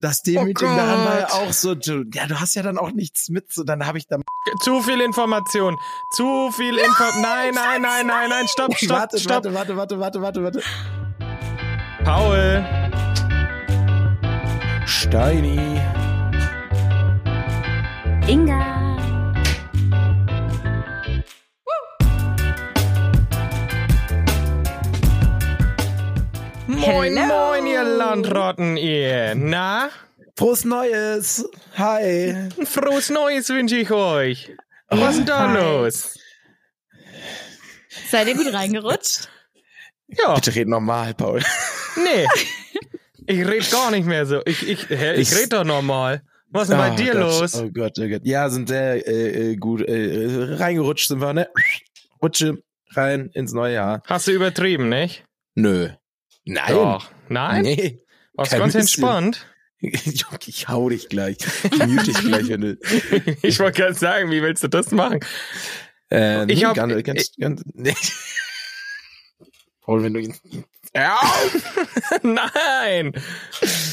Das Demütigen oh daran war ja auch so, du, ja, du hast ja dann auch nichts mit, so dann habe ich da. Zu viel Information. Zu viel Info. Nein, nein, nein, nein, nein, stopp, stopp, warte, stopp. Warte, warte, warte, warte, warte, Paul. Steini. Inga. Moin, Hello. moin, ihr Landrotten, ihr. Na? Prost Neues. Hi. Ein frohes Neues wünsche ich euch. Oh, Was ist denn da hi. los? Seid ihr gut reingerutscht? Ja, Bitte red normal, Paul. nee. Ich red gar nicht mehr so. Ich, ich, hä, ich Ich- red doch normal. Was ist denn bei Oh dir Gott, los? Oh Gott, oh Gott. Ja, sind sehr äh, äh, gut äh, reingerutscht sind wir, ne? Rutsche rein ins neue Jahr. Hast du übertrieben, nicht? Nö. Nein. Doch. Nein? Nee. Warst kein ganz bisschen. entspannt? Ich, ich hau dich gleich. Ich mute dich gleich, wenn du. Ich wollte gerade sagen, wie willst du das machen? Äh, Ich nee, hab- ganz, ganz, ganz, nee. Paul, wenn du Ja. Nein.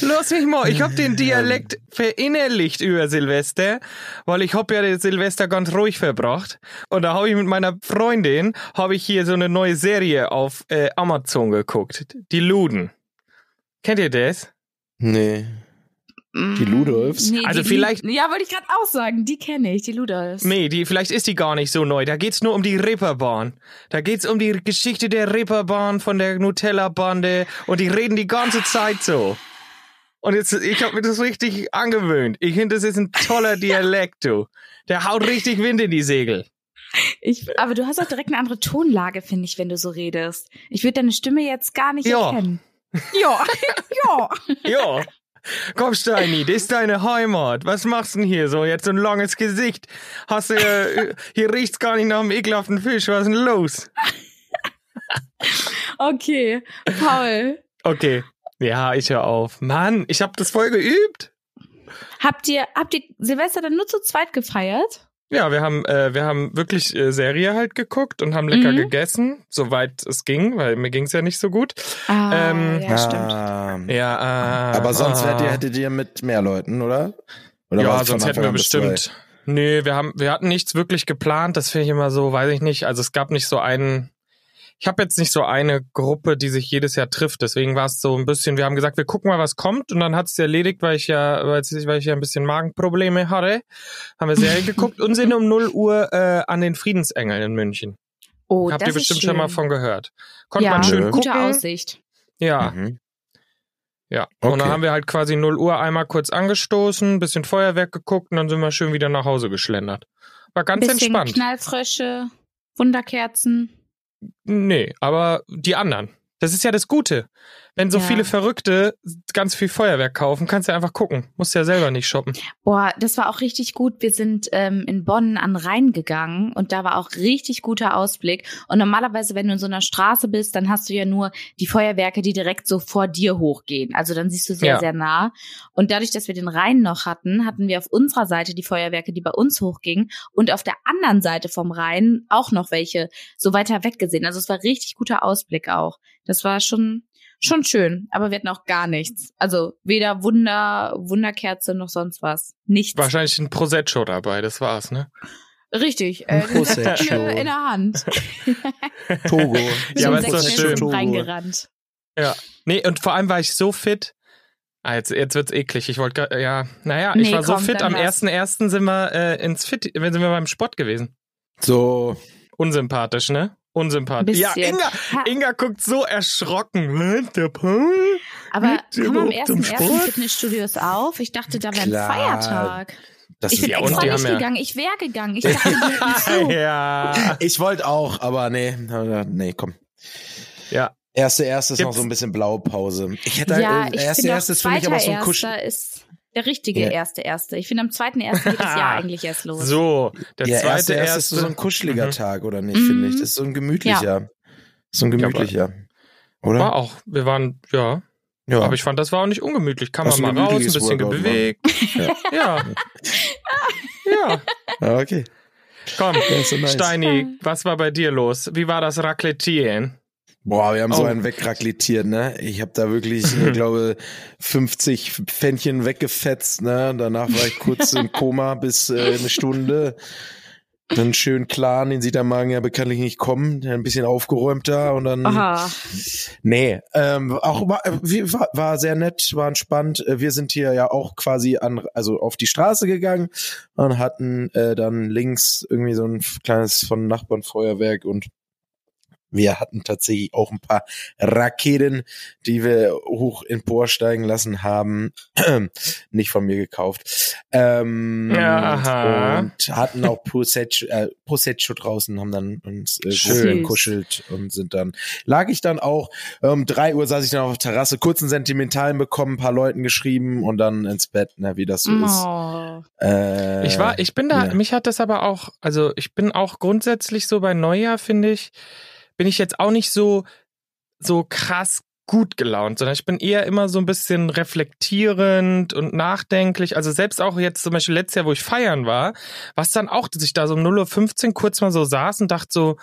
Los mich mal. Ich hab den Dialekt verinnerlicht über Silvester, weil ich hab ja den Silvester ganz ruhig verbracht. Und da habe ich mit meiner Freundin, habe ich hier so eine neue Serie auf äh, Amazon geguckt. Die Luden. Kennt ihr das? Nee. Die Ludolfs? Nee, Also die, vielleicht- Die, ja, wollte ich gerade auch sagen. Die kenne ich, die Ludolfs. Nee, die, vielleicht ist die gar nicht so neu. Da geht's nur um die Reeperbahn. Da geht's um die Geschichte der Reeperbahn von der Nutella-Bande und die reden die ganze Zeit so. Und jetzt, ich habe mir das richtig angewöhnt. Ich finde, das ist ein toller Dialekt, du. Der haut richtig Wind in die Segel. Ich, aber du hast auch direkt eine andere Tonlage, finde ich, wenn du so redest. Ich würde deine Stimme jetzt gar nicht Ja. erkennen. Ja, ja. Ja. Komm, Steini, das ist deine Heimat. Was machst denn hier so? Jetzt so ein langes Gesicht. Hast du, äh, hier riecht's gar nicht nach einem ekelhaften Fisch. Was ist denn los? Okay, Paul. Okay. Ja, ich hör auf. Mann, ich habe das voll geübt. Habt ihr, habt ihr Silvester dann nur zu zweit gefeiert? Ja, wir haben, äh, wir haben wirklich äh, Serie halt geguckt und haben lecker Mhm. gegessen, soweit es ging, weil mir ging's ja nicht so gut. Ah, Ähm, ja, stimmt. stimmt. Ja, äh, Ähm, Aber sonst ah. hättet ihr, hättet ihr mit mehr Leuten, oder? oder war Ja, es von sonst hätten Anfang wir an bis zwei? bestimmt. Nee, wir haben, wir hatten nichts wirklich geplant, das finde ich immer so, weiß ich nicht. Also es gab nicht so einen. Ich habe jetzt nicht so eine Gruppe, die sich jedes Jahr trifft. Deswegen war es so ein bisschen, wir haben gesagt, wir gucken mal, was kommt. Und dann hat es erledigt, weil ich ja, weil ich, weil ich ja ein bisschen Magenprobleme hatte. Haben wir Serie geguckt und sind um 0 Uhr äh, an den Friedensengel in München. Oh, Habt das ihr bestimmt ist schön. schon mal von gehört. Konnte ja, man schön gute gucken. Aussicht. Ja, Mhm. ja. Und Okay. dann haben wir halt quasi 0 Uhr einmal kurz angestoßen, bisschen Feuerwerk geguckt und dann sind wir schön wieder nach Hause geschlendert. War ganz Bisschen entspannt. Knallfrösche, Wunderkerzen. Nee, aber die anderen. Das ist ja das Gute. Wenn so Ja. viele Verrückte ganz viel Feuerwerk kaufen, kannst du ja einfach gucken. Musst ja selber nicht shoppen. Boah, das war auch richtig gut. Wir sind ähm, in Bonn an den Rhein gegangen und da war auch richtig guter Ausblick. Und normalerweise, wenn du in so einer Straße bist, dann hast du ja nur die Feuerwerke, die direkt so vor dir hochgehen. Also dann siehst du sehr, Ja. sehr nah. Und dadurch, dass wir den Rhein noch hatten, hatten wir auf unserer Seite die Feuerwerke, die bei uns hochgingen und auf der anderen Seite vom Rhein auch noch welche so weiter weg gesehen. Also es war richtig guter Ausblick auch. Das war schon schon schön, aber wir hatten auch gar nichts. Also weder Wunder, Wunderkerze noch sonst was. Nichts. Wahrscheinlich ein Prosecco dabei, das war's, ne? Richtig. Äh, das Prosecco. hatten wir in der Hand. Togo. Wir Ja, sind aber ist doch sechs schön. Stunden reingerannt. Nee, und vor allem war ich so fit. Ah, jetzt, jetzt wird's eklig. Ich wollte, gra- ja, naja, ich Nee, war so komm, fit. dann Am lass. 1.1. sind wir äh, ins Fit, sind wir beim Sport gewesen. So. Unsympathisch, ne? Ein Unsympathisch. bisschen. Ja, Inga, Ha, Inga guckt so erschrocken. Was, Der Paul? aber mit dem kam am auf dem ersten, ersten Sport? Fitnessstudios auf. Ich dachte, da wäre ein Klar. Feiertag. Das Ich bin ja, und extra die nicht haben ja- gegangen. Ich wäre gegangen. Ich dachte, die hätten zu. ja. Ich wollte auch, aber nee, nee, komm. Ja. Erste, erste ist noch Gibt's- so ein bisschen Blaupause. Ich hätte Ja, halt, ich äh, erste, finde auch erste ist für mich aber so ein zweiter Kuschel. Erster ist der richtige Ja. erste erste. Ich finde am zweiten ersten geht das Jahr eigentlich erst los. So, der Ja, erste, zweite erste ist so ein kuscheliger Mhm. Tag, oder nicht, Mhm. finde ich. Das ist so ein gemütlicher. So ein Ja, aber- gemütlicher. Oder? war auch, wir waren, ja, Ja. aber ich fand, das war auch nicht ungemütlich. Kam Hast man du mal ein raus, ein gemütliches bisschen Workout bewegt. Ja. Ja. ja, Ah, okay. komm. Ja, ist so nice. Steini, was war bei dir los? Wie war das Racletieren? Boah, wir haben so Oh. einen wegrakletiert, ne? Ich habe da wirklich, ich glaube, 50 Pfännchen weggefetzt, ne? Danach war ich kurz im Koma bis äh, eine Stunde. Dann schön klar, den sieht der Magen ja bekanntlich nicht kommen. Ein bisschen aufgeräumter und dann. Aha. Nee, ähm, auch war, äh, wir- war, war sehr nett, war entspannt. Äh, Wir sind hier ja auch quasi an, also auf die Straße gegangen und hatten äh, dann links irgendwie so ein f- kleines von Nachbarn Feuerwerk und wir hatten tatsächlich auch ein paar Raketen, die wir hoch emporsteigen lassen haben. Nicht von mir gekauft. Ähm, Aha. Und hatten auch Prosecco, äh, Prosecco draußen, haben dann uns äh, Schön. Schön. kuschelt und sind dann lag ich dann auch, um drei Uhr saß ich dann auf der Terrasse, kurzen Sentimentalen bekommen, ein paar Leuten geschrieben und dann ins Bett, ne, wie das so ist. Oh. Äh, Ich war, ich bin da, ja. mich hat das aber auch, also ich bin auch grundsätzlich so bei Neujahr, finde ich, bin ich jetzt auch nicht so, so krass gut gelaunt, sondern ich bin eher immer so ein bisschen reflektierend und nachdenklich. Also selbst auch jetzt zum Beispiel letztes Jahr, wo ich feiern war, was dann auch, dass ich da so um 0.15 Uhr kurz mal so saß und dachte so,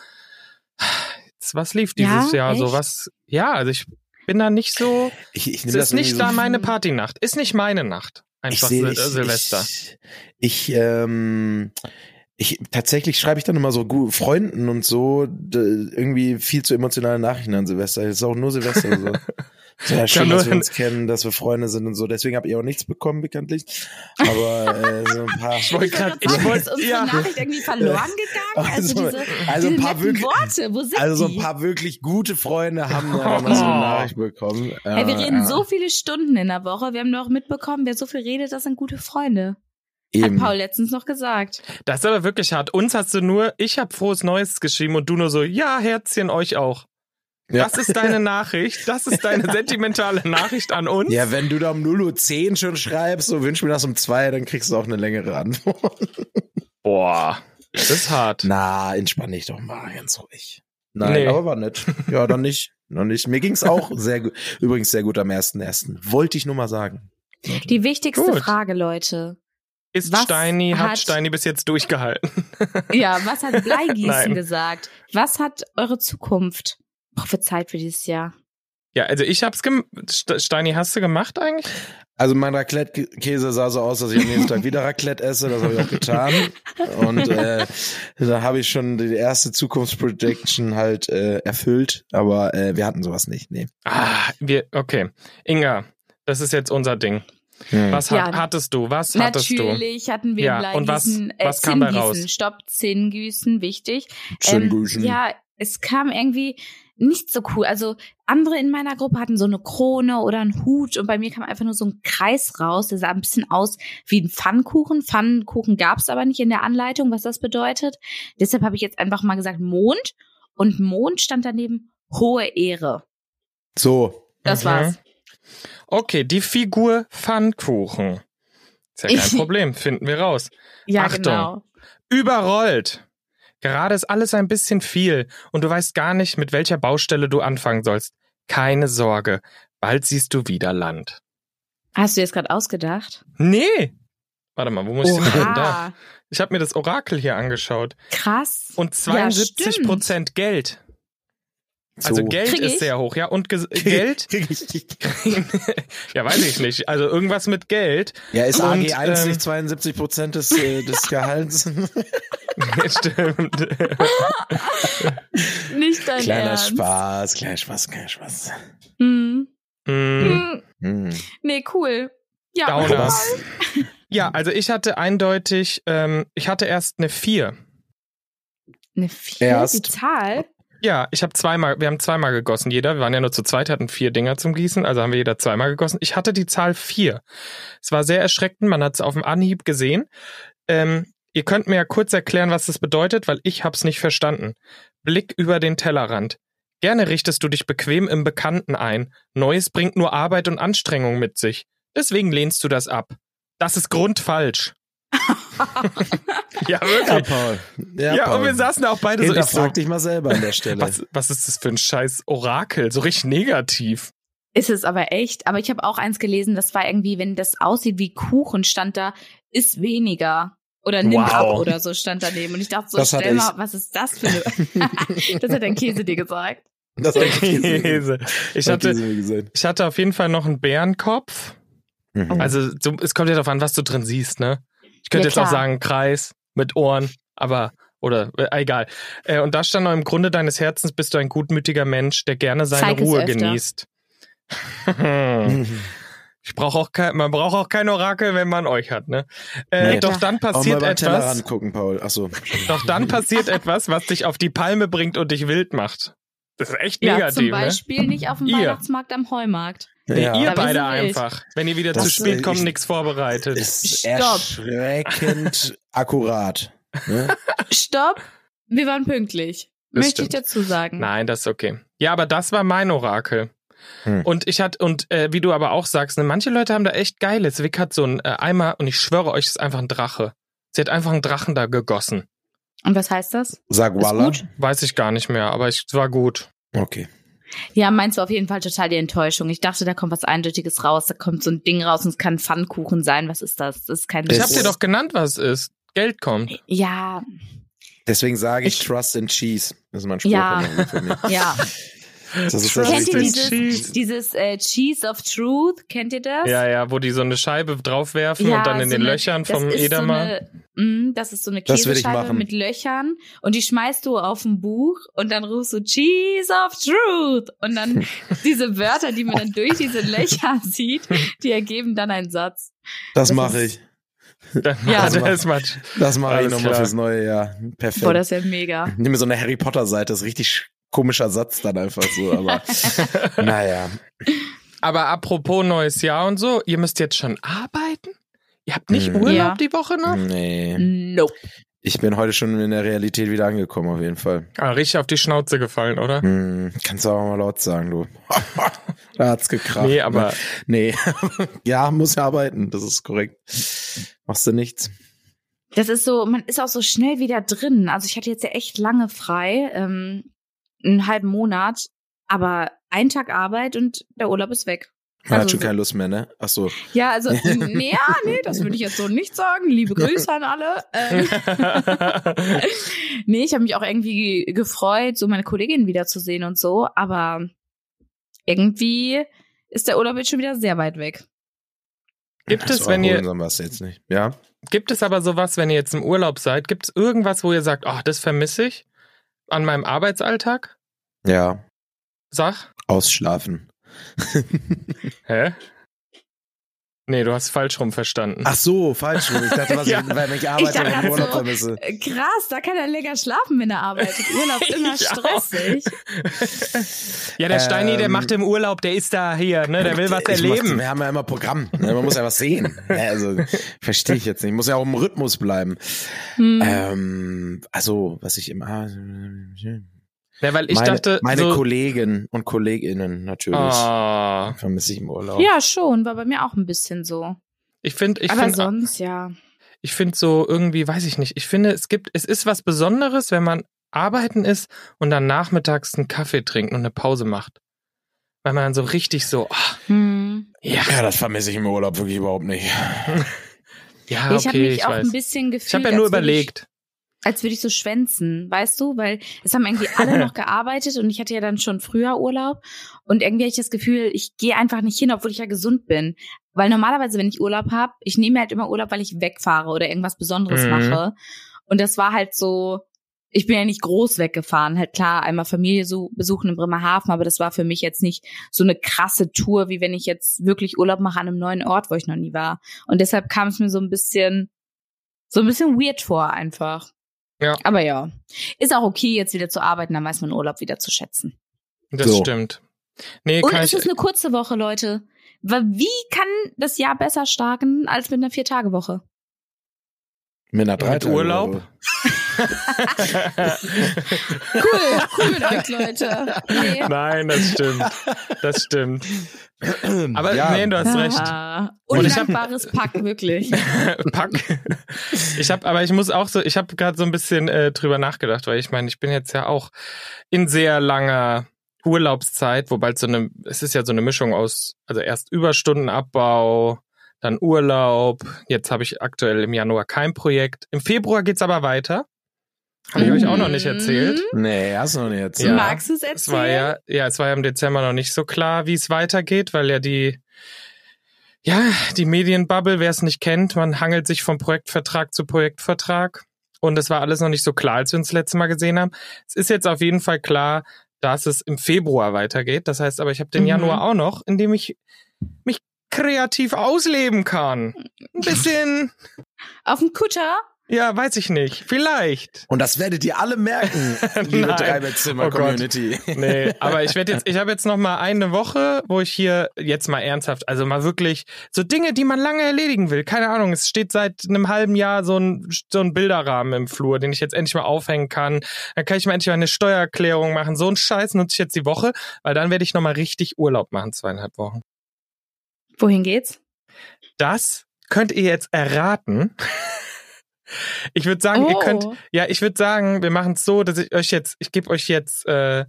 jetzt, was lief Ja, dieses Jahr so? echt? Was, ja, also ich bin da nicht so, ich, ich es nehm das ist nicht irgendwie da so, meine Partynacht, ist nicht meine Nacht. ich Einfach seh, Sil ich, Silvester. Ich, ich, ähm, ich, tatsächlich schreibe ich dann immer so gut Freunden und so d- irgendwie viel zu emotionale Nachrichten an Silvester. Das ist auch nur Silvester so. Ja, schön, nur dass wir in- uns kennen, dass wir Freunde sind und so. Deswegen habt ihr auch nichts bekommen, begrantlich. Aber äh, so ein paar. Ich wollte gerade, ich Ich wollte gerade sagen, wollte, ist unsere ja. Nachricht irgendwie verloren gegangen? Also, Also, diese, also ein diese paar netten wirklich- Worte, wo sind Also so ein die? paar wirklich gute Freunde haben da dann mal so eine Oh. Nachricht bekommen. Äh, Hey, wir Ja, reden ja. so viele Stunden in der Woche. Wir haben doch mitbekommen, wer so viel redet, das sind gute Freunde. äh, Eben. Hat Paul letztens noch gesagt. Das ist aber wirklich hart. Uns hast du nur, ich hab frohes Neues geschrieben und du nur so, ja, Herzchen, euch auch. Ja. Das ist deine Nachricht. Das ist deine sentimentale Nachricht an uns. ja, wenn du da um 0.10 Uhr schon schreibst, so wünsch mir das um 2, dann kriegst du auch eine längere Antwort. Boah. Das ist hart. Na, entspann dich doch mal ganz ruhig. Nein, Nee. aber war nett. Ja, dann nicht. Noch nicht. Mir ging's auch sehr gut. Übrigens sehr gut am 1.1. Wollte ich nur mal sagen. Die wichtigste Gut. Frage, Leute. Ist Was Steini, hat, hat- Steini bis jetzt durchgehalten. Ja, was hat Bleigießen Nein. gesagt? Was hat eure Zukunft prophezeit für dieses Jahr? Ja, also ich hab's gem St- Steini, hast du gemacht eigentlich? Also mein Raclette-Käse sah so aus, dass ich am nächsten Tag wieder Raclette esse. Das habe ich auch getan. Und äh, da habe ich schon die erste Zukunftsprediction halt äh, erfüllt. Aber äh, wir hatten sowas nicht. Nee. Ah, wir, okay. Inga, das ist jetzt unser Ding. Hm. Was hat, Ja. hattest du? Was hattest du? Natürlich hatten wir Ja, und was- Bleigießen. äh, was kam da Zinngießen. raus? Stopp, Zinngießen, wichtig. Schön Ähm, grüßen. Ja, es kam irgendwie nicht so cool. Also andere in meiner Gruppe hatten so eine Krone oder einen Hut und bei mir kam einfach nur so ein Kreis raus. Der sah ein bisschen aus wie ein Pfannkuchen. Pfannkuchen gab's aber nicht in der Anleitung, was das bedeutet. Deshalb habe ich jetzt einfach mal gesagt Mond und Mond stand daneben hohe Ehre. So. Das Mhm. war's. Okay, die Figur Pfannkuchen. Ist ja kein Ich- Problem, finden wir raus. Ja, Achtung. genau. überrollt. Gerade ist alles ein bisschen viel und du weißt gar nicht, mit welcher Baustelle du anfangen sollst. Keine Sorge, bald siehst du wieder Land. Hast du jetzt gerade ausgedacht? Nee! Warte mal, wo muss ich denn da? Oha, Ich habe mir das Orakel hier angeschaut. krass. Und Ja, 72 Prozent Geld. so. Also Geld Krieg ich? ist sehr hoch, ja. Und ges- Geld? Krieg ich- ja, weiß ich nicht. Also irgendwas mit Geld. Ja, ist Und, AG1 ähm, nicht 72 Prozent des, äh, des Gehalts? Stimmt. Nicht dein kleiner Ernst. Spaß, kleiner Spaß, kleiner Spaß. Hm. Hm. Hm. Hm. Nee, cool. Ja, Downer. Spaß. Ja, also ich hatte eindeutig, ähm, ich hatte erst eine 4. Eine vier, die Erst. Zahl. Ja, ich habe zweimal, wir haben zweimal gegossen, jeder. Wir waren ja nur zu zweit, hatten vier Dinger zum Gießen, also haben wir jeder zweimal gegossen. Ich hatte die Zahl vier. Es war sehr erschreckend, man hat es auf dem Anhieb gesehen. Ähm, ihr könnt mir ja kurz erklären, was das bedeutet, weil ich hab's nicht verstanden. Blick über den Tellerrand. Gerne richtest du dich bequem im Bekannten ein. Neues bringt nur Arbeit und Anstrengung mit sich. Deswegen lehnst du das ab. Das ist grundfalsch. Ja, ja, wirklich. Paul. Ja, und wir saßen da auch beide so. Ich so, Hinterfrag dich mal selber an der Stelle. was, was ist das für ein scheiß Orakel? So richtig negativ. Ist es aber echt. Aber ich habe auch eins gelesen, das war irgendwie, wenn das aussieht wie Kuchen, stand da, ist weniger. Oder nimmt Wow. ab oder so stand daneben. Und ich dachte so, Das hatte stell mal, ich. was ist das für eine. das hat dein Käse dir gesagt. Das hab ich gesehen. ich, Hab hatte, gesehen, gesehen. ich hatte auf jeden Fall noch einen Bärenkopf. Mhm. Also so, es kommt ja darauf an, was du drin siehst, ne? Ich könnte Ja, jetzt auch klar. sagen, Kreis mit Ohren, aber oder äh, egal. Äh, und da stand noch im Grunde deines Herzens bist du ein gutmütiger Mensch, der gerne seine Zeig es Ruhe öfter. genießt. Mhm. ich brauche auch kein, man braucht auch kein Orakel, wenn man euch hat, ne? Äh, Nee. Doch dann Auch mal passiert beim Teller etwas. rangucken, Paul. Achso. Doch dann passiert etwas, was dich auf die Palme bringt und dich wild macht. Das ist echt Ja, zum negativ, ne? Beispiel nicht auf dem Ihr. Weihnachtsmarkt am Heumarkt. Nee, Ja. ihr Da beide bist du wild. einfach. Wenn ihr wieder Das, zu äh, spät kommt, ich- nichts vorbereitet. ist Stopp. erschreckend akkurat. Ne? Stopp, wir waren pünktlich. Das Möchte ich stimmt. dazu sagen. Nein, das ist okay. Ja, aber das war mein Orakel. Hm. Und ich hatte, und äh, wie du aber auch sagst, ne, manche Leute haben da echt geiles. Vic hat so einen äh, Eimer und ich schwöre euch, das ist einfach ein Drache. Sie hat einfach einen Drachen da gegossen. Und was heißt das? Sag Ist Walla. gut? Weiß ich gar nicht mehr, aber ich es war gut. Okay. Ja, meinst du auf jeden Fall total die Enttäuschung. Ich dachte, da kommt was Eindeutiges raus, da kommt so ein Ding raus und es kann Pfannkuchen sein. Was ist das? Das ist kein Ich Es- hab dir doch genannt, was es ist. Geld kommt. Ja, Deswegen sage ich, Ich- Trust and Cheese. Das ist mein Spruch. Ja. immer von mir. ja. Das ist das Trust Kennt ihr and Wichtigste. dieses, Cheese. dieses äh, Cheese of Truth? Kennt ihr das? Ja, ja, wo die so eine Scheibe draufwerfen Ja, und dann in so den eine- Löchern Das vom ist Edamer. So eine, Mm, das ist so eine Das will ich Käsescheibe machen. mit Löchern und die schmeißt du auf ein Buch und dann rufst du Cheese of Truth und dann diese Wörter, die man dann durch diese Löcher sieht, die ergeben dann einen Satz. Das Das mache ist- ich. ja, Also das ist mal. Das mache ich Alles nochmal klar. fürs neue Jahr. Perfekt. Boah, das ist ja mega. Nimm mir so eine Harry Potter Seite, ist richtig komischer Satz dann einfach so, aber naja. Aber apropos neues Jahr und so, ihr müsst jetzt schon arbeiten? Ihr habt nicht Mhm. Urlaub Ja. die Woche noch? Mhm. Nee. Nope. Ich bin heute schon in der Realität wieder angekommen, auf jeden Fall. Ah, richtig auf die Schnauze gefallen, oder? Hm, kannst du auch mal laut sagen, du. da hat's gekracht. ne? nee, aber Nee. ja, muss ja arbeiten, das ist korrekt. Machst du nichts? Das ist so, man ist auch so schnell wieder drin. Also ich hatte jetzt ja echt lange frei, ähm, einen halben Monat, aber ein Tag Arbeit und der Urlaub ist weg. Man Also hat schon so- keine Lust mehr, ne? Ach so. Ja, also, m- nee, ja, nee, das würde ich jetzt so nicht sagen. Liebe Grüße an alle. Ähm, nee, ich habe mich auch irgendwie gefreut, so meine Kolleginnen wiederzusehen und so, aber irgendwie ist der Urlaub jetzt schon wieder sehr weit weg. gibt es, so wenn ihr, erholsam war's jetzt nicht. Ja? gibt es aber sowas, wenn ihr jetzt im Urlaub seid, gibt es irgendwas, wo ihr sagt, ach, das vermisse ich an meinem Arbeitsalltag? Ja. Sag. Ausschlafen. Hä? Nee, du hast falsch rum verstanden. Ach so, falsch. Ich dachte, was Ja. ich, weil ich arbeite dachte und im Urlaub so, vermisse. Äh, Krass, da kann er länger schlafen, wenn er arbeitet. Urlaub ist immer Ich auch. stressig. ja, der Steini, der ähm, macht im Urlaub, der ist da hier, ne? Der will was Ich mach- erleben. wir haben ja immer Programm. ne? Man muss ja was sehen. Ne, Also verstehe ich jetzt nicht. Muss ja auch im Rhythmus bleiben. Mhm. Hm. Ähm, also was ich im Ah, Ja, weil ich meine, dachte, meine so, Kollegen und Kolleginnen natürlich Ah. vermisse ich im Urlaub. ja, schon, war bei mir auch ein bisschen so. ich finde, ich aber finde, sonst, ja. ich finde so irgendwie, weiß ich nicht, ich finde, es gibt, es ist was Besonderes, wenn man arbeiten ist und dann nachmittags einen Kaffee trinkt und eine Pause macht. Weil man dann so richtig so, ah, Hm. ja, Ja, das vermisse ich im Urlaub wirklich überhaupt nicht. ja, ich Ah, habe okay, mich ich auch ein weiß. bisschen gefühlt. Ich habe ja nur als würde ich- überlegt. als würde ich so schwänzen, weißt du, weil es haben irgendwie alle noch gearbeitet und ich hatte ja dann schon früher Urlaub und irgendwie hatte ich das Gefühl, ich gehe einfach nicht hin, obwohl ich ja gesund bin, weil normalerweise, wenn ich Urlaub habe, ich nehme halt immer Urlaub, weil ich wegfahre oder irgendwas Besonderes Mhm. mache und das war halt so, ich bin ja nicht groß weggefahren, halt klar, einmal Familie so besuchen in Bremerhaven, aber das war für mich jetzt nicht so eine krasse Tour, wie wenn ich jetzt wirklich Urlaub mache an einem neuen Ort, wo ich noch nie war und deshalb kam es mir so ein bisschen so ein bisschen weird vor einfach. Aber ja, ist auch okay, jetzt wieder zu arbeiten, dann weiß man Urlaub wieder zu schätzen. Das So. stimmt. Nee, Und kann es ich, ist eine kurze Woche, Leute. Weil Wie kann das Jahr besser starten als mit einer Vier-Tage-Woche? Mit einer drei Urlaub? Cool, cool mit euch, Leute. Nee. Nein, das stimmt. Das stimmt. Aber ja, nee, du hast recht. Ah, Und ich hab- Undankbares Pack, wirklich. Pack. Ich habe, aber ich muss auch so, ich habe gerade so ein bisschen äh, drüber nachgedacht, weil ich meine, ich bin jetzt ja auch in sehr langer Urlaubszeit, wobei es so eine, es ist ja so eine Mischung aus, also erst Überstundenabbau, dann Urlaub. Jetzt habe ich aktuell im Januar kein Projekt. Im Februar geht's aber weiter. Habe ich euch auch noch nicht erzählt. Nee, hast du noch nicht erzählt. Ja. Magst du es erzählen? Es war ja, ja, es war ja im Dezember noch nicht so klar, wie es weitergeht, weil ja die, ja, die Medienbubble, wer es nicht kennt, man hangelt sich vom Projektvertrag zu Projektvertrag. Und es war alles noch nicht so klar, als wir uns das letzte Mal gesehen haben. Es ist jetzt auf jeden Fall klar, dass es im Februar weitergeht. Das heißt aber, ich habe den Mhm. Januar auch noch, in dem ich mich kreativ ausleben kann. Ein bisschen, Auf dem Kutter? ja, weiß ich nicht. Vielleicht. Und das werdet ihr alle merken, liebe Nein. Oh Dreibettzimmer-Community. Nee, aber ich werde jetzt, ich habe jetzt noch mal eine Woche, wo ich hier jetzt mal ernsthaft, also mal wirklich so Dinge, die man lange erledigen will. Keine Ahnung, es steht seit einem halben Jahr so ein, so ein Bilderrahmen im Flur, den ich jetzt endlich mal aufhängen kann. Dann kann ich mal endlich mal eine Steuererklärung machen. So ein Scheiß nutze ich jetzt die Woche, weil dann werde ich noch mal richtig Urlaub machen, zweieinhalb Wochen. Wohin geht's? Das könnt ihr jetzt erraten. Ich würde sagen, ihr könnt Oh. Ja, ich würde sagen, wir machen es so, dass ich euch jetzt, ich gebe euch jetzt äh,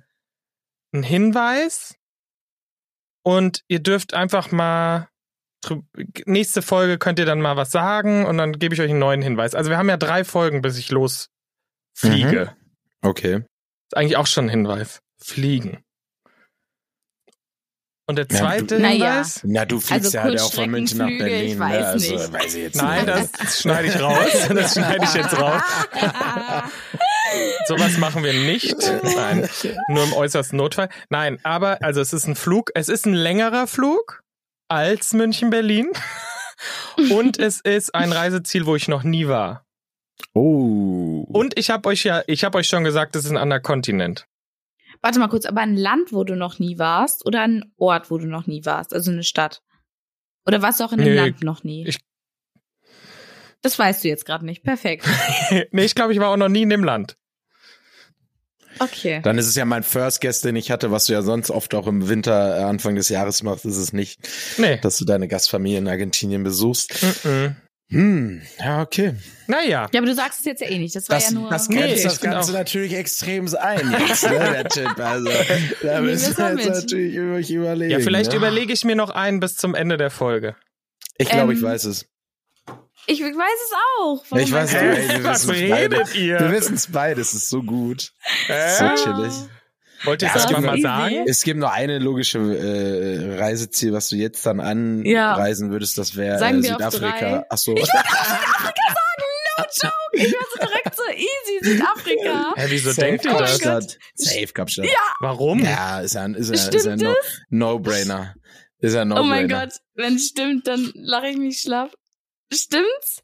einen Hinweis und ihr dürft einfach mal drü- nächste Folge könnt ihr dann mal was sagen und dann gebe ich euch einen neuen Hinweis. Also wir haben ja drei Folgen, bis ich losfliege. Mhm. Okay. Ist eigentlich auch schon ein Hinweis. Fliegen. Und der Ja, zweite du- Naja. Hinweis? Na, du fliegst Also ja halt auch von München nach Kurzstreckenflüge, Berlin. ich ne? weiß also, nicht. Weiß ich jetzt Nein, nicht. das schneide ich raus. Das schneide ich jetzt raus. Sowas machen wir nicht. Nein, nur im äußersten Notfall. Nein, aber also es ist ein Flug, es ist ein längerer Flug als München-Berlin. Und es ist ein Reiseziel, wo ich noch nie war. Oh. Und ich habe euch ja, ich habe euch schon gesagt, es ist ein anderer Kontinent. Warte mal kurz, aber ein Land, wo du noch nie warst oder ein Ort, wo du noch nie warst, also eine Stadt. Oder warst du auch in dem Nee, Land noch nie? ich- das weißt du jetzt gerade nicht. Perfekt. nee, ich glaube, ich war auch noch nie in dem Land. Okay. Dann ist es ja mein First Guest, den ich hatte, was du ja sonst oft auch im Winter, äh, Anfang des Jahres machst, ist es nicht, Nee. dass du deine Gastfamilie in Argentinien besuchst. Mhm. Hm, ja, okay. Naja. Ja, aber du sagst es jetzt ja eh nicht. Das war Das, ja nur. Genau. das Nee, grenzt ich das bin Ganze auch- natürlich extrem ein jetzt, ne, der Tipp. Also, da müssen Nehmen wir wir es jetzt mal mit. natürlich über euch überlegen. Ja, vielleicht ne? überlege ich mir noch einen bis zum Ende der Folge. Ich glaube, ich Ähm, weiß es. ich weiß es auch. Warum ich weiß es, meinst aber du- ey, wir Was wissen's beide. redet ihr? Wir wissen es beide, es ist so gut. So Äh? chillig. Wollt ihr Ja, das es mal, gibt mal easy. sagen? Es gibt nur eine logische äh, Reiseziel, was du jetzt dann Ja. anreisen würdest, das wäre äh, Sagen wir auf Südafrika. drei. Achso. Ich war so direkt so easy, Südafrika. Hä, wieso denkt ihr Oh mein das? Gott. Kapstadt. Safe Kapstadt. Um. Warum? Ja, ist ja ein, ist ja, ist ja ein Stimmt no, No-Brainer. Ist ja ein Oh No-Brainer. mein Gott, wenn es stimmt, dann lache ich mich schlapp. Stimmt's?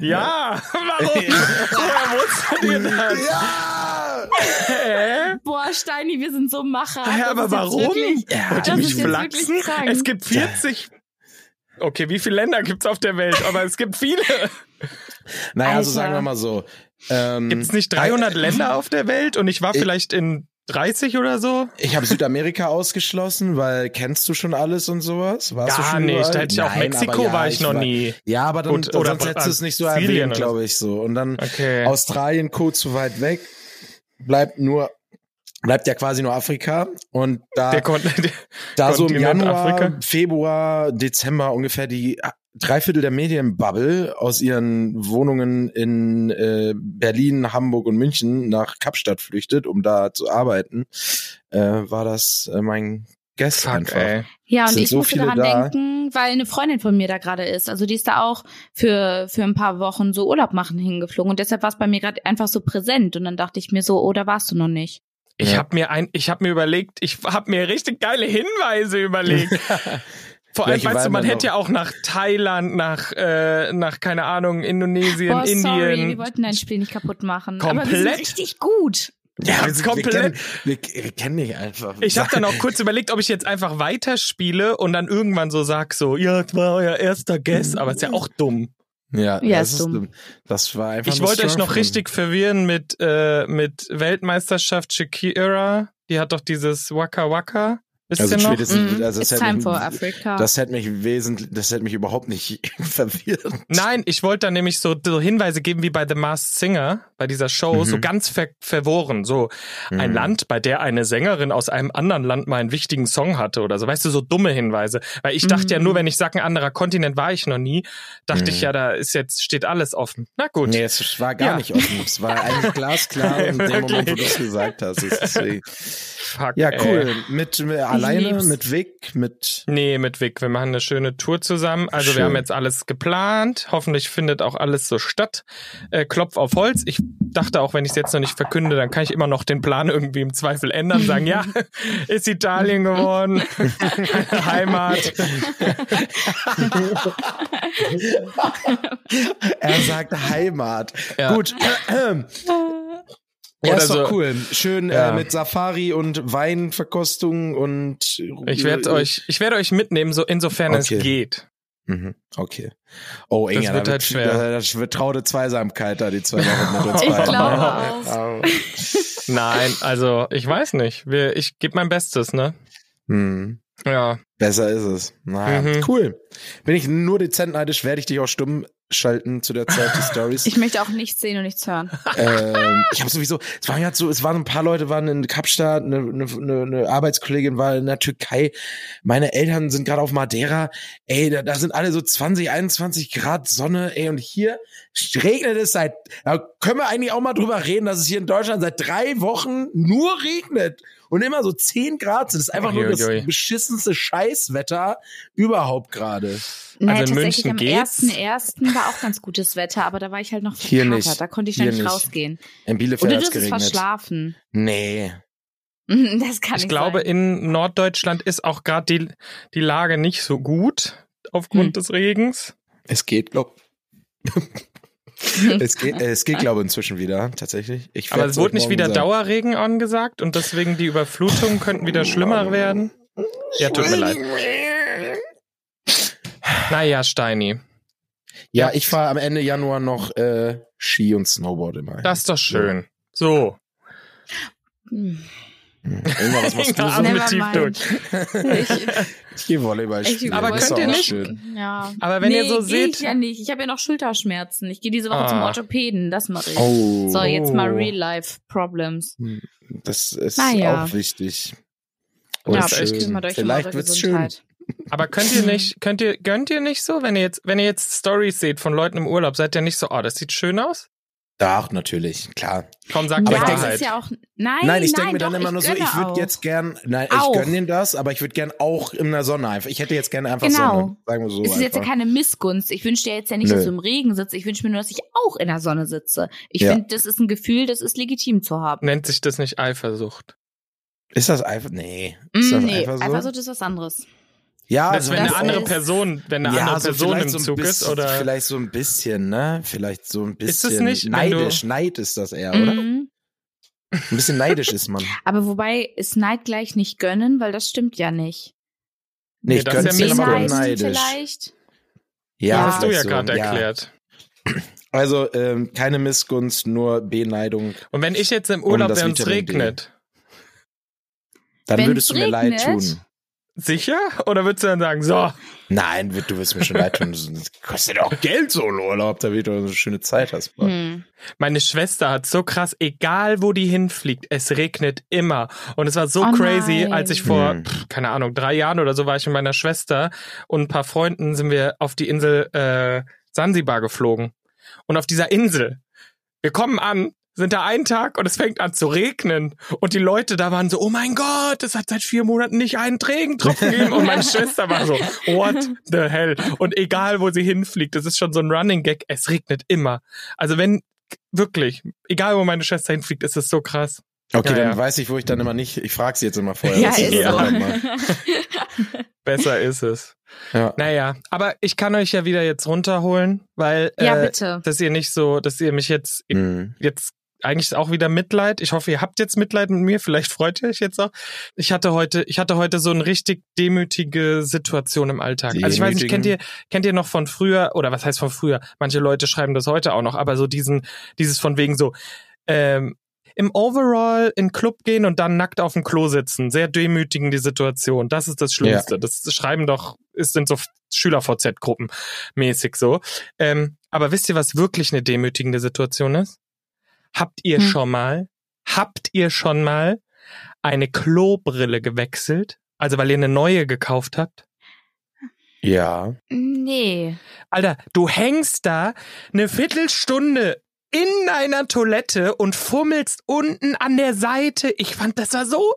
Ja, warum? Woher wusstet ihr das? Ja! Hä? Boah, Steini, wir sind so Macher. Hä, Das aber ist jetzt warum? Wirklich, Ja, das mich ist jetzt flachsen? wirklich krank. Es gibt 40. Okay, wie viele Länder gibt's auf der Welt? Aber es gibt viele. Hm. naja, also Alter. sagen wir mal so. Ähm, Gibt's nicht 300 Länder auf der Welt? Und ich war Ich- vielleicht in 30 oder so? Ich habe Südamerika ausgeschlossen, weil kennst du schon alles und sowas? Warst du Gar schon nicht. überall? Da hätte ich auch Nein, Mexiko aber ja, war ich noch war- nie. Ja, aber dann, Gut, oder sonst hättest du es nicht so Brasilien erwähnt, oder so. glaube ich so. Und dann Okay. Australien, Co. zu weit weg, bleibt nur, bleibt ja quasi nur Afrika. Und da, der Kon der, da so im Kontinent Januar, Afrika. Februar, Dezember ungefähr die ah, drei Viertel der Medienbubble aus ihren Wohnungen in äh, Berlin, Hamburg und München nach Kapstadt flüchtet, um da zu arbeiten, äh, war das äh, mein Guest Fuck, einfach. ey. Ja, und Sind ich so musste viele daran da. denken, weil eine Freundin von mir da gerade ist. Also die ist da auch für, für ein paar Wochen so Urlaub machen hingeflogen. Und deshalb war es bei mir gerade einfach so präsent. Und dann dachte ich mir so, oh, da warst du noch nicht. Ich Ja. hab habe mir ein, ich habe mir überlegt, ich habe mir richtig geile Hinweise überlegt. Vor allem, Welche weißt du, waren man denn hätte ja noch? auch nach Thailand, nach, äh, nach keine Ahnung, Indonesien, Boah, Indien. sorry, wir wollten dein Spiel nicht kaputt machen. Aber wir Komplett? sind richtig gut. Ja, wir sind Wir komplett- kennen, wir, wir kennen dich einfach. Ich habe dann auch kurz überlegt, ob ich jetzt einfach weiterspiele und dann irgendwann so sag so, ja, das war euer erster Guess, aber ist ja auch dumm. Ja, Ja, das ist ist dumm. dumm. Das war einfach Ich nur wollte euch noch Strafrunden. richtig verwirren mit äh, mit Weltmeisterschaft Shakira, die hat doch dieses Waka Waka. Wisst Also ihr noch? spätestens, also Mhm. das It's hätte time mich, for Africa. das hätte mich wesentlich, das hätte mich überhaupt nicht verwirrt. Nein, ich wollte da nämlich so, so Hinweise geben wie bei The Masked Singer, bei dieser Show, Mhm. so ganz ver verworren. So ein Mhm. Land, bei der eine Sängerin aus einem anderen Land mal einen wichtigen Song hatte oder so. Weißt du, so dumme Hinweise. Weil ich dachte ja Mhm. nur, wenn ich sage, ein anderer Kontinent war ich noch nie, dachte Mhm. ich ja, da ist jetzt, steht alles offen. Na gut. Nee, es war gar Ja. nicht offen. Es war eigentlich glasklar in dem Moment, wo du es gesagt hast. Es ist Äh. deswegen- Fuck, ja, ey. cool. Mit, mit alleine, lieb's. mit Vic, mit Nee, mit Vic. Wir machen eine schöne Tour zusammen. Also wir Schön. haben jetzt alles geplant. Hoffentlich findet auch alles so statt. Äh, Klopf auf Holz. Ich dachte auch, wenn ich es jetzt noch nicht verkünde, dann kann ich immer noch den Plan irgendwie im Zweifel ändern. Sagen, ja, ist Italien geworden. Heimat. er sagt Heimat. Ja. Gut. Ja, Oder ist doch so. cool. Schön Ja. äh, mit Safari und Weinverkostung und Ich werde euch, ich werde euch mitnehmen, so insofern Okay. es geht. Mhm, Okay. Oh, Das Inga, wird da halt schwer. Da, das wird traute Zweisamkeit da, die zwei Wochen mit uns Ich beiden. glaube Ja. auch. Ja. Nein, also ich weiß nicht. Wir, ich gebe mein Bestes, ne? Hm. Ja. Besser ist es. Naja, Mhm. cool. Bin ich nur dezent neidisch, werde ich dich auch stumm schalten zu der Zeit, die Stories. Ich möchte auch nichts sehen und nichts hören. ähm, ich habe sowieso, es waren halt so, es waren ein paar Leute waren in Kapstadt, ne, eine, eine, eine, eine Arbeitskollegin war in der Türkei, meine Eltern sind gerade auf Madeira, ey, da, da sind alle so 20, 21 Grad Sonne, ey, und hier regnet es seit, da können wir eigentlich auch mal drüber reden, dass es hier in Deutschland seit drei Wochen nur regnet und immer so 10 Grad sind. Das ist einfach nur das Uiuiui. beschissenste Scheißwetter überhaupt gerade. Naja, Also in tatsächlich München am geht's? 1.1. war auch ganz gutes Wetter, aber da war ich halt noch Hier verkatert. nicht. Da konnte ich noch Hier nicht nicht. rausgehen. In Und Bielefeld du hat es dürftest geregnet. verschlafen. Nee. Das kann Ich nicht glaube, sein. in Norddeutschland ist auch gerade die, die Lage nicht so gut aufgrund Hm. des Regens. Es geht, glaub. es geht, äh, es geht, glaube ich, inzwischen wieder, tatsächlich. Ich Aber werd's es wurde euch nicht morgen wieder sagen. Dauerregen angesagt und deswegen die Überflutungen könnten wieder schlimmer werden. Ja, tut mir leid. Naja, Steini, Ja, ich fahre am Ende Januar noch äh, Ski und Snowboard immer. das ist doch schön. So, Hm. Irgendwann, was machst du Inga, so? atme Never tief mind. durch. Ich, Ich gehe Volleyball ich spielen. Aber das ist könnt ihr auch nicht? Schön. Ja. Aber wenn nee, ihr so geh seht- ich ja nicht. Ich habe ja noch Schulterschmerzen. Ich gehe diese Woche Ah. zum Orthopäden. Das mache ich. Oh, So, jetzt mal Oh. Real-Life-Problems. das ist Naja. auch wichtig. Oh, ja, ist aber ich schön. kümmert euch um Vielleicht eure wird's Gesundheit. aber könnt ihr nicht, könnt ihr, gönnt ihr nicht so, wenn ihr jetzt, wenn ihr jetzt Stories seht von Leuten im Urlaub, seid ihr nicht so, oh, das sieht schön aus? schön. Doch, natürlich, klar. Komm, sagt Aber die ich ja, denke- das Wahrheit. ist ja auch. Nein, Nein, ich denke nein, mir dann doch, immer nur so, gönne ich würde auch. jetzt gern, nein, Auch. ich gönne denen das, aber ich würde gern auch in der Sonne einfach. Ich hätte jetzt gern einfach Genau. Sonne. Sagen wir so. es ist jetzt ja einfach. keine Missgunst. Ich wünsche dir jetzt ja nicht, Nö. dass du im Regen sitzt. Ich wünsche mir nur, dass ich auch in der Sonne sitze. Ich Ja. finde, das ist ein Gefühl, das ist legitim zu haben. Nennt sich das nicht Eifersucht. Ist das einfach? Nee. Ist Mm, das nee, einfach so? Eifersucht ist was anderes. Ja, also Das, wenn eine das andere ist- Person, wenn eine andere so Person im vielleicht so ein Zug ist, bisschen- oder? Vielleicht so ein bisschen, ne? Vielleicht so ein bisschen. Ist es nicht, wenn Neidisch, Neid ist das eher, oder? Mhm. Ein bisschen neidisch ist man. Aber wobei ist Neid gleich nicht gönnen, weil das stimmt ja nicht. Nee, Nee, ich das ist könnte ja es Missgunst. aber Beneiden neidisch. vielleicht. Ja, Das hast du ja vielleicht so, gerade erklärt. Also, ähm, keine Missgunst, nur Beneidung. Und wenn ich jetzt im Um Urlaub, das wenn es Vitamin D. regnet, Dann Wenn's würdest du mir leid regnet- tun. sicher? Oder würdest du dann sagen, so, Nein, du wirst mir schon leid tun. Das kostet auch Geld, so ein Urlaub, damit du eine schöne Zeit hast. Mann. Hm. meine Schwester hat so krass, egal wo die hinfliegt, es regnet immer. Und es war so Oh crazy, nein. als ich vor, Hm. pff, keine Ahnung, drei Jahren oder so war ich mit meiner Schwester und ein paar Freunden sind wir auf die Insel äh, Sansibar geflogen. Und auf dieser Insel, wir kommen an, sind da einen Tag und es fängt an zu regnen. Und die Leute da waren so, oh mein Gott, es hat seit vier Monaten nicht einen Regentropfen gegeben. Und meine Schwester war so, what the hell? Und egal, wo sie hinfliegt, das ist schon so ein Running Gag, es regnet immer. Also wenn, wirklich, egal wo meine Schwester hinfliegt, ist es so krass. Okay, Ja, dann ja. weiß ich, wo ich dann immer nicht. Ich frage sie jetzt immer vorher. Ja, was sie ist so Ja. Urlaub macht. so. Besser ist es. Ja. Naja, aber ich kann euch ja wieder jetzt runterholen, weil, ja, äh, bitte. dass ihr nicht so, dass ihr mich jetzt, Mhm. jetzt eigentlich auch wieder Mitleid. Ich hoffe, ihr habt jetzt Mitleid mit mir. Vielleicht freut ihr euch jetzt auch. Ich hatte heute, ich hatte heute so eine richtig demütige Situation im Alltag. Also ich weiß nicht, kennt ihr, Demütigen? kennt ihr noch von früher oder was heißt von früher? Manche Leute schreiben das heute auch noch, aber so diesen, dieses von wegen so, ähm, im Overall in den Club gehen und dann nackt auf dem Klo sitzen. Sehr demütigend die Situation. Das ist das Schlimmste. Das schreiben doch, es sind so Schüler-VZ-Gruppen mäßig so. Ähm, aber wisst ihr, was wirklich eine demütigende Situation ist? Habt ihr Hm. schon mal, habt ihr schon mal eine Klobrille gewechselt? Also weil ihr eine neue gekauft habt? Ja. Nee. Alter, du hängst da eine Viertelstunde in deiner Toilette und fummelst unten an der Seite. Ich fand, das war so.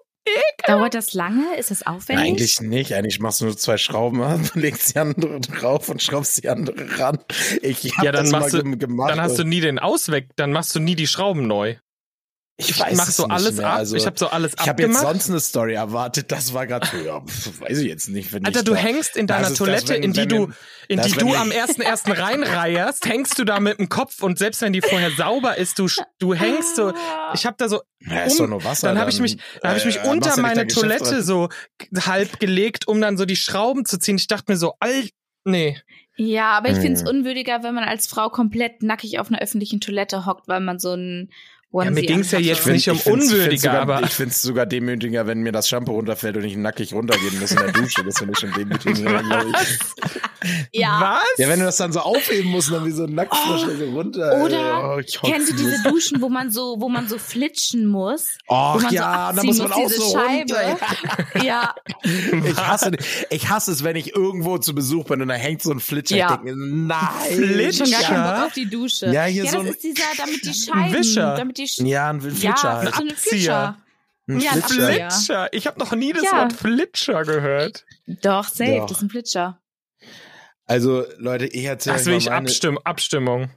Dauert das lange? Ist das aufwendig? Eigentlich nicht. Eigentlich machst du nur zwei Schrauben ab, legst die andere drauf und schraubst die andere ran. Ich hab Ja, dann das mal machst du- gem- gemacht. Dann hast du nie den Ausweg, dann machst du nie die Schrauben neu. ich weiß mach es so nicht alles mehr. ab. Also, ich habe so alles ich hab jetzt abgemacht. sonst eine Story erwartet. Das war gerade, ja, pf, weiß ich jetzt nicht. Wenn Alter, ich du da- hängst in Das deiner ist das, Toilette, wenn- in die wenn du, mir- in das, die wenn du mir- am ersten ersten reinreierst, hängst du da mit dem Kopf und selbst wenn die vorher sauber ist, du sch- du Ah. hängst so. Ich habe da so Ja, ist um- doch nur Wasser. dann habe ich mich, dann habe ich mich äh, unter machst du nicht meine dein Geschäft Toilette dran. so g- halb gelegt, um dann so die Schrauben zu ziehen. Ich dachte mir so, all, nee, Ja, aber ich find's Hm. unwürdiger, wenn man als Frau komplett nackig auf einer öffentlichen Toilette hockt, weil man so ein Onesie mir ging's ja anhatte. jetzt nicht um ich find's- ich find's Unwürdiger, sogar, aber- Ich finde es sogar demütiger, wenn mir das Shampoo runterfällt und ich nackig runtergehen muss in der Dusche. Das finde ich schon demütiger, glaube ich. Ja. was? Ja, wenn du das dann so aufheben musst und dann wie so ein Nacktfrosch so runter. Oder oh, ich hock's Kennst du diese Duschen, wo man so, wo man so flitschen muss? Wo Och man ja, so da abziehen muss man auch diese so runter. Scheibe. Ja, Ich hasse, ich hasse es, wenn ich irgendwo zu Besuch bin und da hängt so ein Flitscher. Ja. Ich denke, nein. ich hab schon gar keinen Flitscher? Bock auf die Dusche. Ja, hier ja so das ein- ist dieser, damit die Scheiben, Wischer. damit die Sch Ja, ein ja, Flitscher so halt. ein Abzieher. Flitscher. Ja, ein Flitscher. Abzieher. Flitscher. Ich habe noch nie das Ja. Wort Flitscher gehört. Doch, safe, Doch. das ist ein Flitscher. Also, Leute, ich erzähle Das euch will mal ich meine abstimmen, Abstimmung.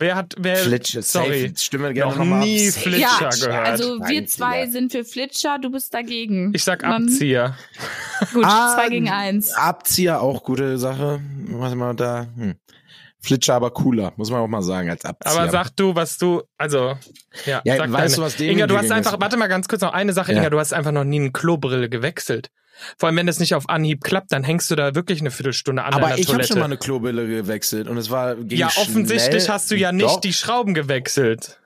Wer hat, wer, Flitsche. sorry. Safe. Stimme gerne Noch nochmal ab. nie Safe. Flitscher Ja, gehört. Also wir Nein, zwei Digga. sind für Flitscher, du bist dagegen. Ich sag Man- Abzieher. Gut, Ah, zwei gegen eins. Abzieher auch gute Sache. Was mal da? Hm. Flitscher aber cooler, muss man auch mal sagen, als Abzieher. Aber sag du, was du, also, ja, ja, sag weißt deine. du, was dem Inga, du hast einfach, warte mal ganz kurz noch eine Sache, Ja. Inga, du hast einfach noch nie eine Klobrille gewechselt. Vor allem, wenn das nicht auf Anhieb klappt, dann hängst du da wirklich eine Viertelstunde an Aber deiner ich habe Toilette. schon mal eine Klobille gewechselt und es war ging ja, offensichtlich schnell. hast du ja nicht Doch. die Schrauben gewechselt.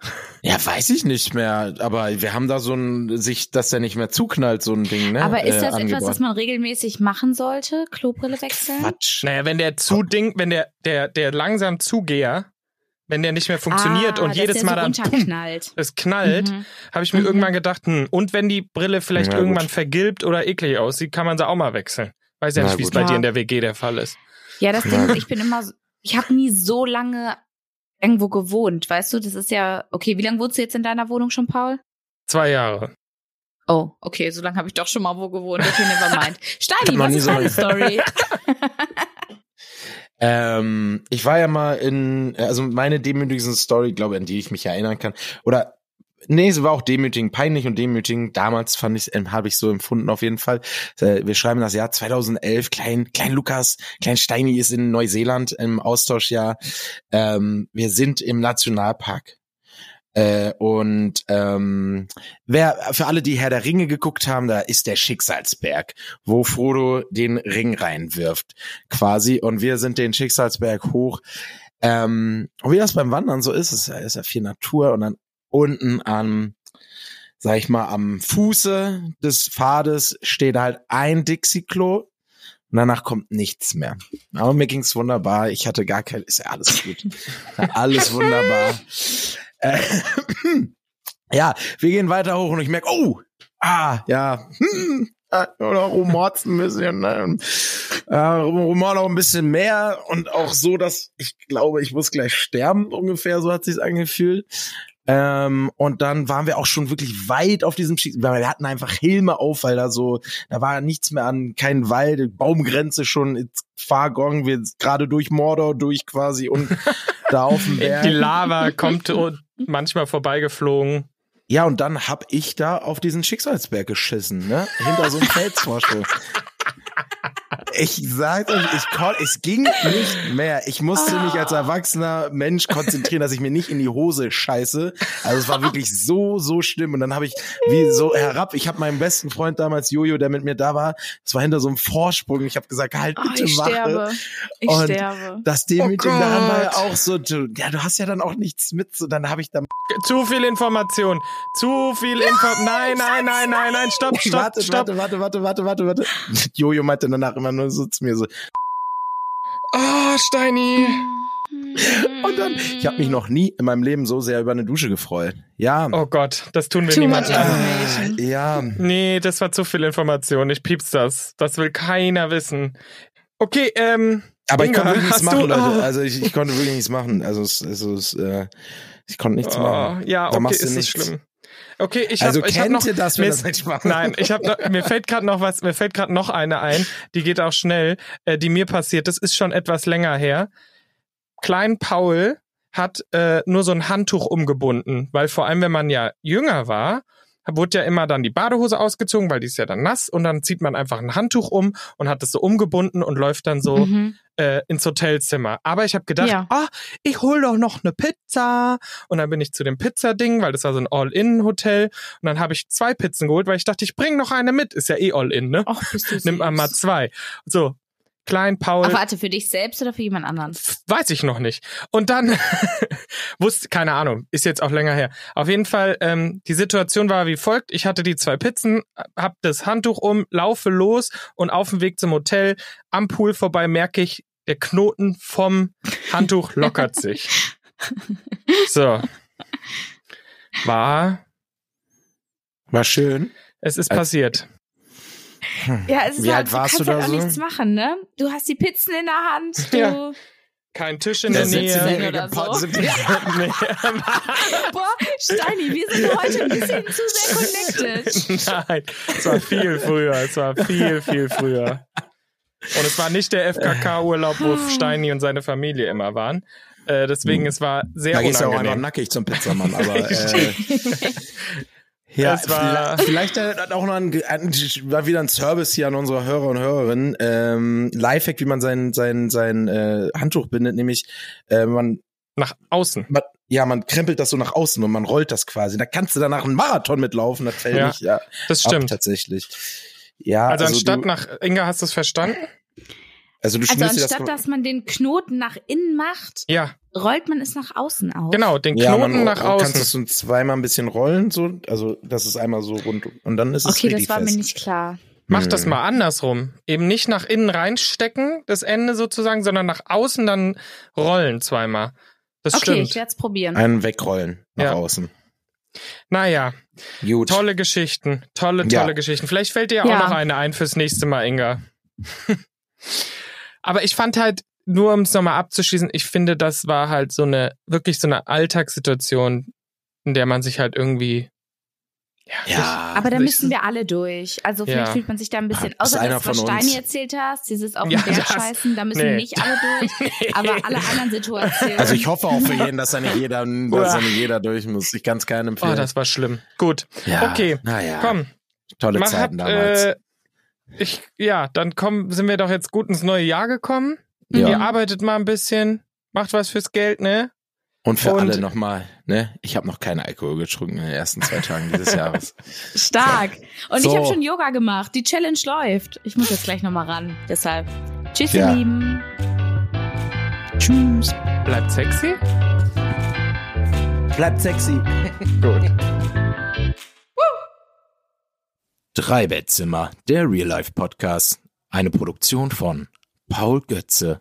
Ja, weiß ich nicht mehr, aber wir haben da so ein sich, dass der nicht mehr zuknallt, so ein Ding, ne? Aber ist das äh, etwas, was man regelmäßig machen sollte? Klobrille wechseln? Quatsch. Naja, wenn der Oh. zu ding, wenn der, der, der langsam Zugeher, wenn der nicht mehr funktioniert ah, und dass jedes der Mal so dann Halt. pum, runterknallt. es knallt, Mhm. habe ich mir Mhm. irgendwann gedacht, hm, und wenn die Brille vielleicht Na gut. irgendwann vergilbt oder eklig aussieht, kann man sie auch mal wechseln. Weiß ja Na nicht, wie es gut. bei Ja. dir in der WG der Fall ist. Ja, das Ding Ja. ist, ich bin immer, so- ich habe nie so lange irgendwo gewohnt, weißt du? Das ist ja, okay, wie lange wohnst du jetzt in deiner Wohnung schon, Paul? Zwei Jahre. Oh, okay, so lange habe ich doch schon mal wo gewohnt. Okay, never mind. Steini, Hab noch was nie ist so deine lange- Story? Ähm, ich war ja mal in, also meine demütigste Story, glaube an die ich mich erinnern kann. Oder nee, es war auch demütigend, peinlich und demütigend. Damals fand ich, ähm, habe ich so empfunden auf jeden Fall. Äh, Wir schreiben das Jahr 2011. Klein, klein Lukas, klein Steini ist in Neuseeland im Austauschjahr. Ähm, wir sind im Nationalpark. Äh, und ähm, wer für alle, die Herr der Ringe geguckt haben, da ist der Schicksalsberg, wo Frodo den Ring reinwirft quasi und wir sind den Schicksalsberg hoch. Ähm, und wie das beim Wandern so ist, ist, ja- ist ja viel Natur und dann unten am, sag ich mal, am Fuße des Pfades steht halt ein Dixie-Klo und danach kommt nichts mehr. Aber mir ging's wunderbar. Ich hatte gar kein, ist ja alles gut. alles wunderbar. Äh, ja, wir gehen weiter hoch und ich merk oh, ah, ja, hm, äh, oder rumort ein bisschen, ne? äh, rumort auch ein bisschen mehr und auch so, dass ich glaube, ich muss gleich sterben ungefähr, so hat sich's angefühlt. Ähm, und dann waren wir auch schon wirklich weit auf diesem Schicksal. Wir hatten einfach Helme auf, weil da so, da war nichts mehr an, kein Wald, Baumgrenze schon, ins Fargong, wir gerade durch Mordor, durch quasi und da auf dem Berg. Die Lava kommt und manchmal vorbeigeflogen. Ja, und dann hab ich da auf diesen Schicksalsberg geschissen, ne? Hinter so einem Felsvorsprung. ich sag euch, ich kon, es ging nicht mehr. Ich musste mich als erwachsener Mensch konzentrieren, dass ich mir nicht in die Hose scheiße. Also es war wirklich so, so schlimm. Und dann habe ich wie so herab, ich habe meinen besten Freund damals, Jojo, der mit mir da war, es war hinter so einem Vorsprung. Ich habe gesagt, halt Oh, bitte ich Wache. sterbe. Ich Und sterbe. Das Demütigen Oh daran war ja Gott. auch so, du, ja, du hast ja dann auch nichts mit. So, dann habe ich da Zu viel Information. Zu viel Information. Nein, nein, nein, nein, nein. Stopp, stopp, warte, stopp. warte, warte, warte, warte, warte, warte. Jojo meinte danach immer nur so zu mir so. Ah, Steini. Und dann, ich habe mich noch nie in meinem Leben so sehr über eine Dusche gefreut. Ja. Mm. Oh Gott, das tun wir Too niemandem. much. an. Ah, ja. Nee, das war zu viel Information. Ich pieps das. Das will keiner wissen. Okay, ähm. Aber ich Inga, konnte wirklich nichts hast machen, du- Leute. Ah. Also ich, ich konnte wirklich nichts machen. Also es, es, es äh, ich konnte nichts Oh, machen. ja, Da okay, machst du ist es nichts. schlimm. Okay, ich Also hab, ich hab kennt noch, ihr das, wenn mir das ist- nicht machen? Nein, ich habe mir fällt gerade noch was, mir fällt gerade noch eine ein, die geht auch schnell, äh, die mir passiert. Das ist schon etwas länger her. Klein Paul hat äh, nur so ein Handtuch umgebunden, weil vor allem, wenn man ja jünger war, wurde ja immer dann die Badehose ausgezogen, weil die ist ja dann nass und dann zieht man einfach ein Handtuch um und hat das so umgebunden und läuft dann so Mhm. äh, ins Hotelzimmer. Aber ich habe gedacht, Ja. ah, ich hol doch noch eine Pizza. Und dann bin ich zu dem Pizzading, weil das war so ein All-In-Hotel. Und dann habe ich zwei Pizzen geholt, weil ich dachte, ich bring noch eine mit. Ist ja eh All-In, ne? Och, bist du Oh, süß. Nimm einmal zwei. So, klein Paul. Aber warte, für dich selbst oder für jemand anderen? F- Weiß ich noch nicht. Und dann wusste, keine Ahnung, ist jetzt auch länger her. Auf jeden Fall, ähm, die Situation war wie folgt. Ich hatte die zwei Pizzen, hab das Handtuch um, laufe los und auf dem Weg zum Hotel, am Pool vorbei, merke ich, der Knoten vom Handtuch lockert sich. So. War, War schön. es ist Als- passiert. Ja, es halt Wie alt warst du da auch so? nichts machen, ne? Du hast die Pizzen in der Hand, du. Ja. Kein Tisch in Da der sitzt sie Nähe. dann oder so. Nee. Boah, Steini, wir sind heute ein bisschen zu sehr connected. Nein, es war viel früher. Es war viel, viel früher. Und es war nicht der FKK-Urlaub, wo Ah. Steini und seine Familie immer waren. Äh, deswegen, es war sehr Hm. Da gehst du auch einfach unangenehm. nackig zum Pizzamann, aber äh, ja, Es war- vielleicht vielleicht hat auch noch ein, ein, war wieder ein Service hier an unsere Hörer und Hörerinnen. Ähm, Lifehack, wie man sein sein sein äh, Handtuch bindet, nämlich äh, man Nach außen. man, ja, man krempelt das so nach außen und man rollt das quasi. Da kannst du danach einen Marathon mitlaufen, das fällt Ja, nicht ja, Das ab stimmt. tatsächlich. Ja, Also, anstatt du, nach Inga, hast du es verstanden? also du Also schnürst dir anstatt, dass man den Knoten nach innen macht, Ja, rollt man es nach außen auf. genau. Den ja, Knoten man, nach Kannst du es außen. so zweimal ein bisschen rollen, so, also das ist einmal so rund und dann ist es Okay, das richtig war fest. mir nicht klar. Mach das Hm. mal andersrum. Eben nicht nach innen reinstecken, das Ende sozusagen, sondern nach außen dann rollen zweimal. Das okay, ich stimmt. werde es probieren. Einen wegrollen nach Ja. außen. Naja, Gut. tolle Geschichten. Tolle, Ja. tolle Geschichten. Vielleicht fällt dir ja Ja. auch noch eine ein fürs nächste Mal, Inga. Aber ich fand halt, nur um es nochmal abzuschließen, ich finde, das war halt so eine, wirklich so eine Alltagssituation, in der man sich halt irgendwie. Ja. Aber Also da ich- müssen wir alle durch. Also vielleicht Ja. fühlt man sich da ein bisschen, Ist außer einer das, was von uns. Steini erzählt hast, dieses auf den Ja, Berg das- scheißen, da müssen nee. nicht alle durch, aber alle anderen Situationen. also ich hoffe auch für jeden, dass da nicht jeder, dass da nicht jeder durch muss. Ich kann es keinem empfehlen. Oh, das war schlimm. Gut, ja, okay. Naja, komm. tolle Man Zeiten hat, damals. äh, ich, ja, dann kommen, sind wir doch jetzt gut ins neue Jahr gekommen. Ja. Ihr arbeitet mal ein bisschen, macht was fürs Geld, ne? und für und- alle nochmal, ne? Ich habe noch keinen Alkohol getrunken in den ersten zwei Tagen dieses Jahres. Stark. Und So. ich habe schon Yoga gemacht. Die Challenge läuft. Ich muss jetzt gleich nochmal ran. Deshalb. Tschüss, Ja. ihr Lieben. Tschüss. Bleibt sexy. Bleibt sexy. Gut. Drei Bettzimmer, der Real Life Podcast. Eine Produktion von Paul Götze.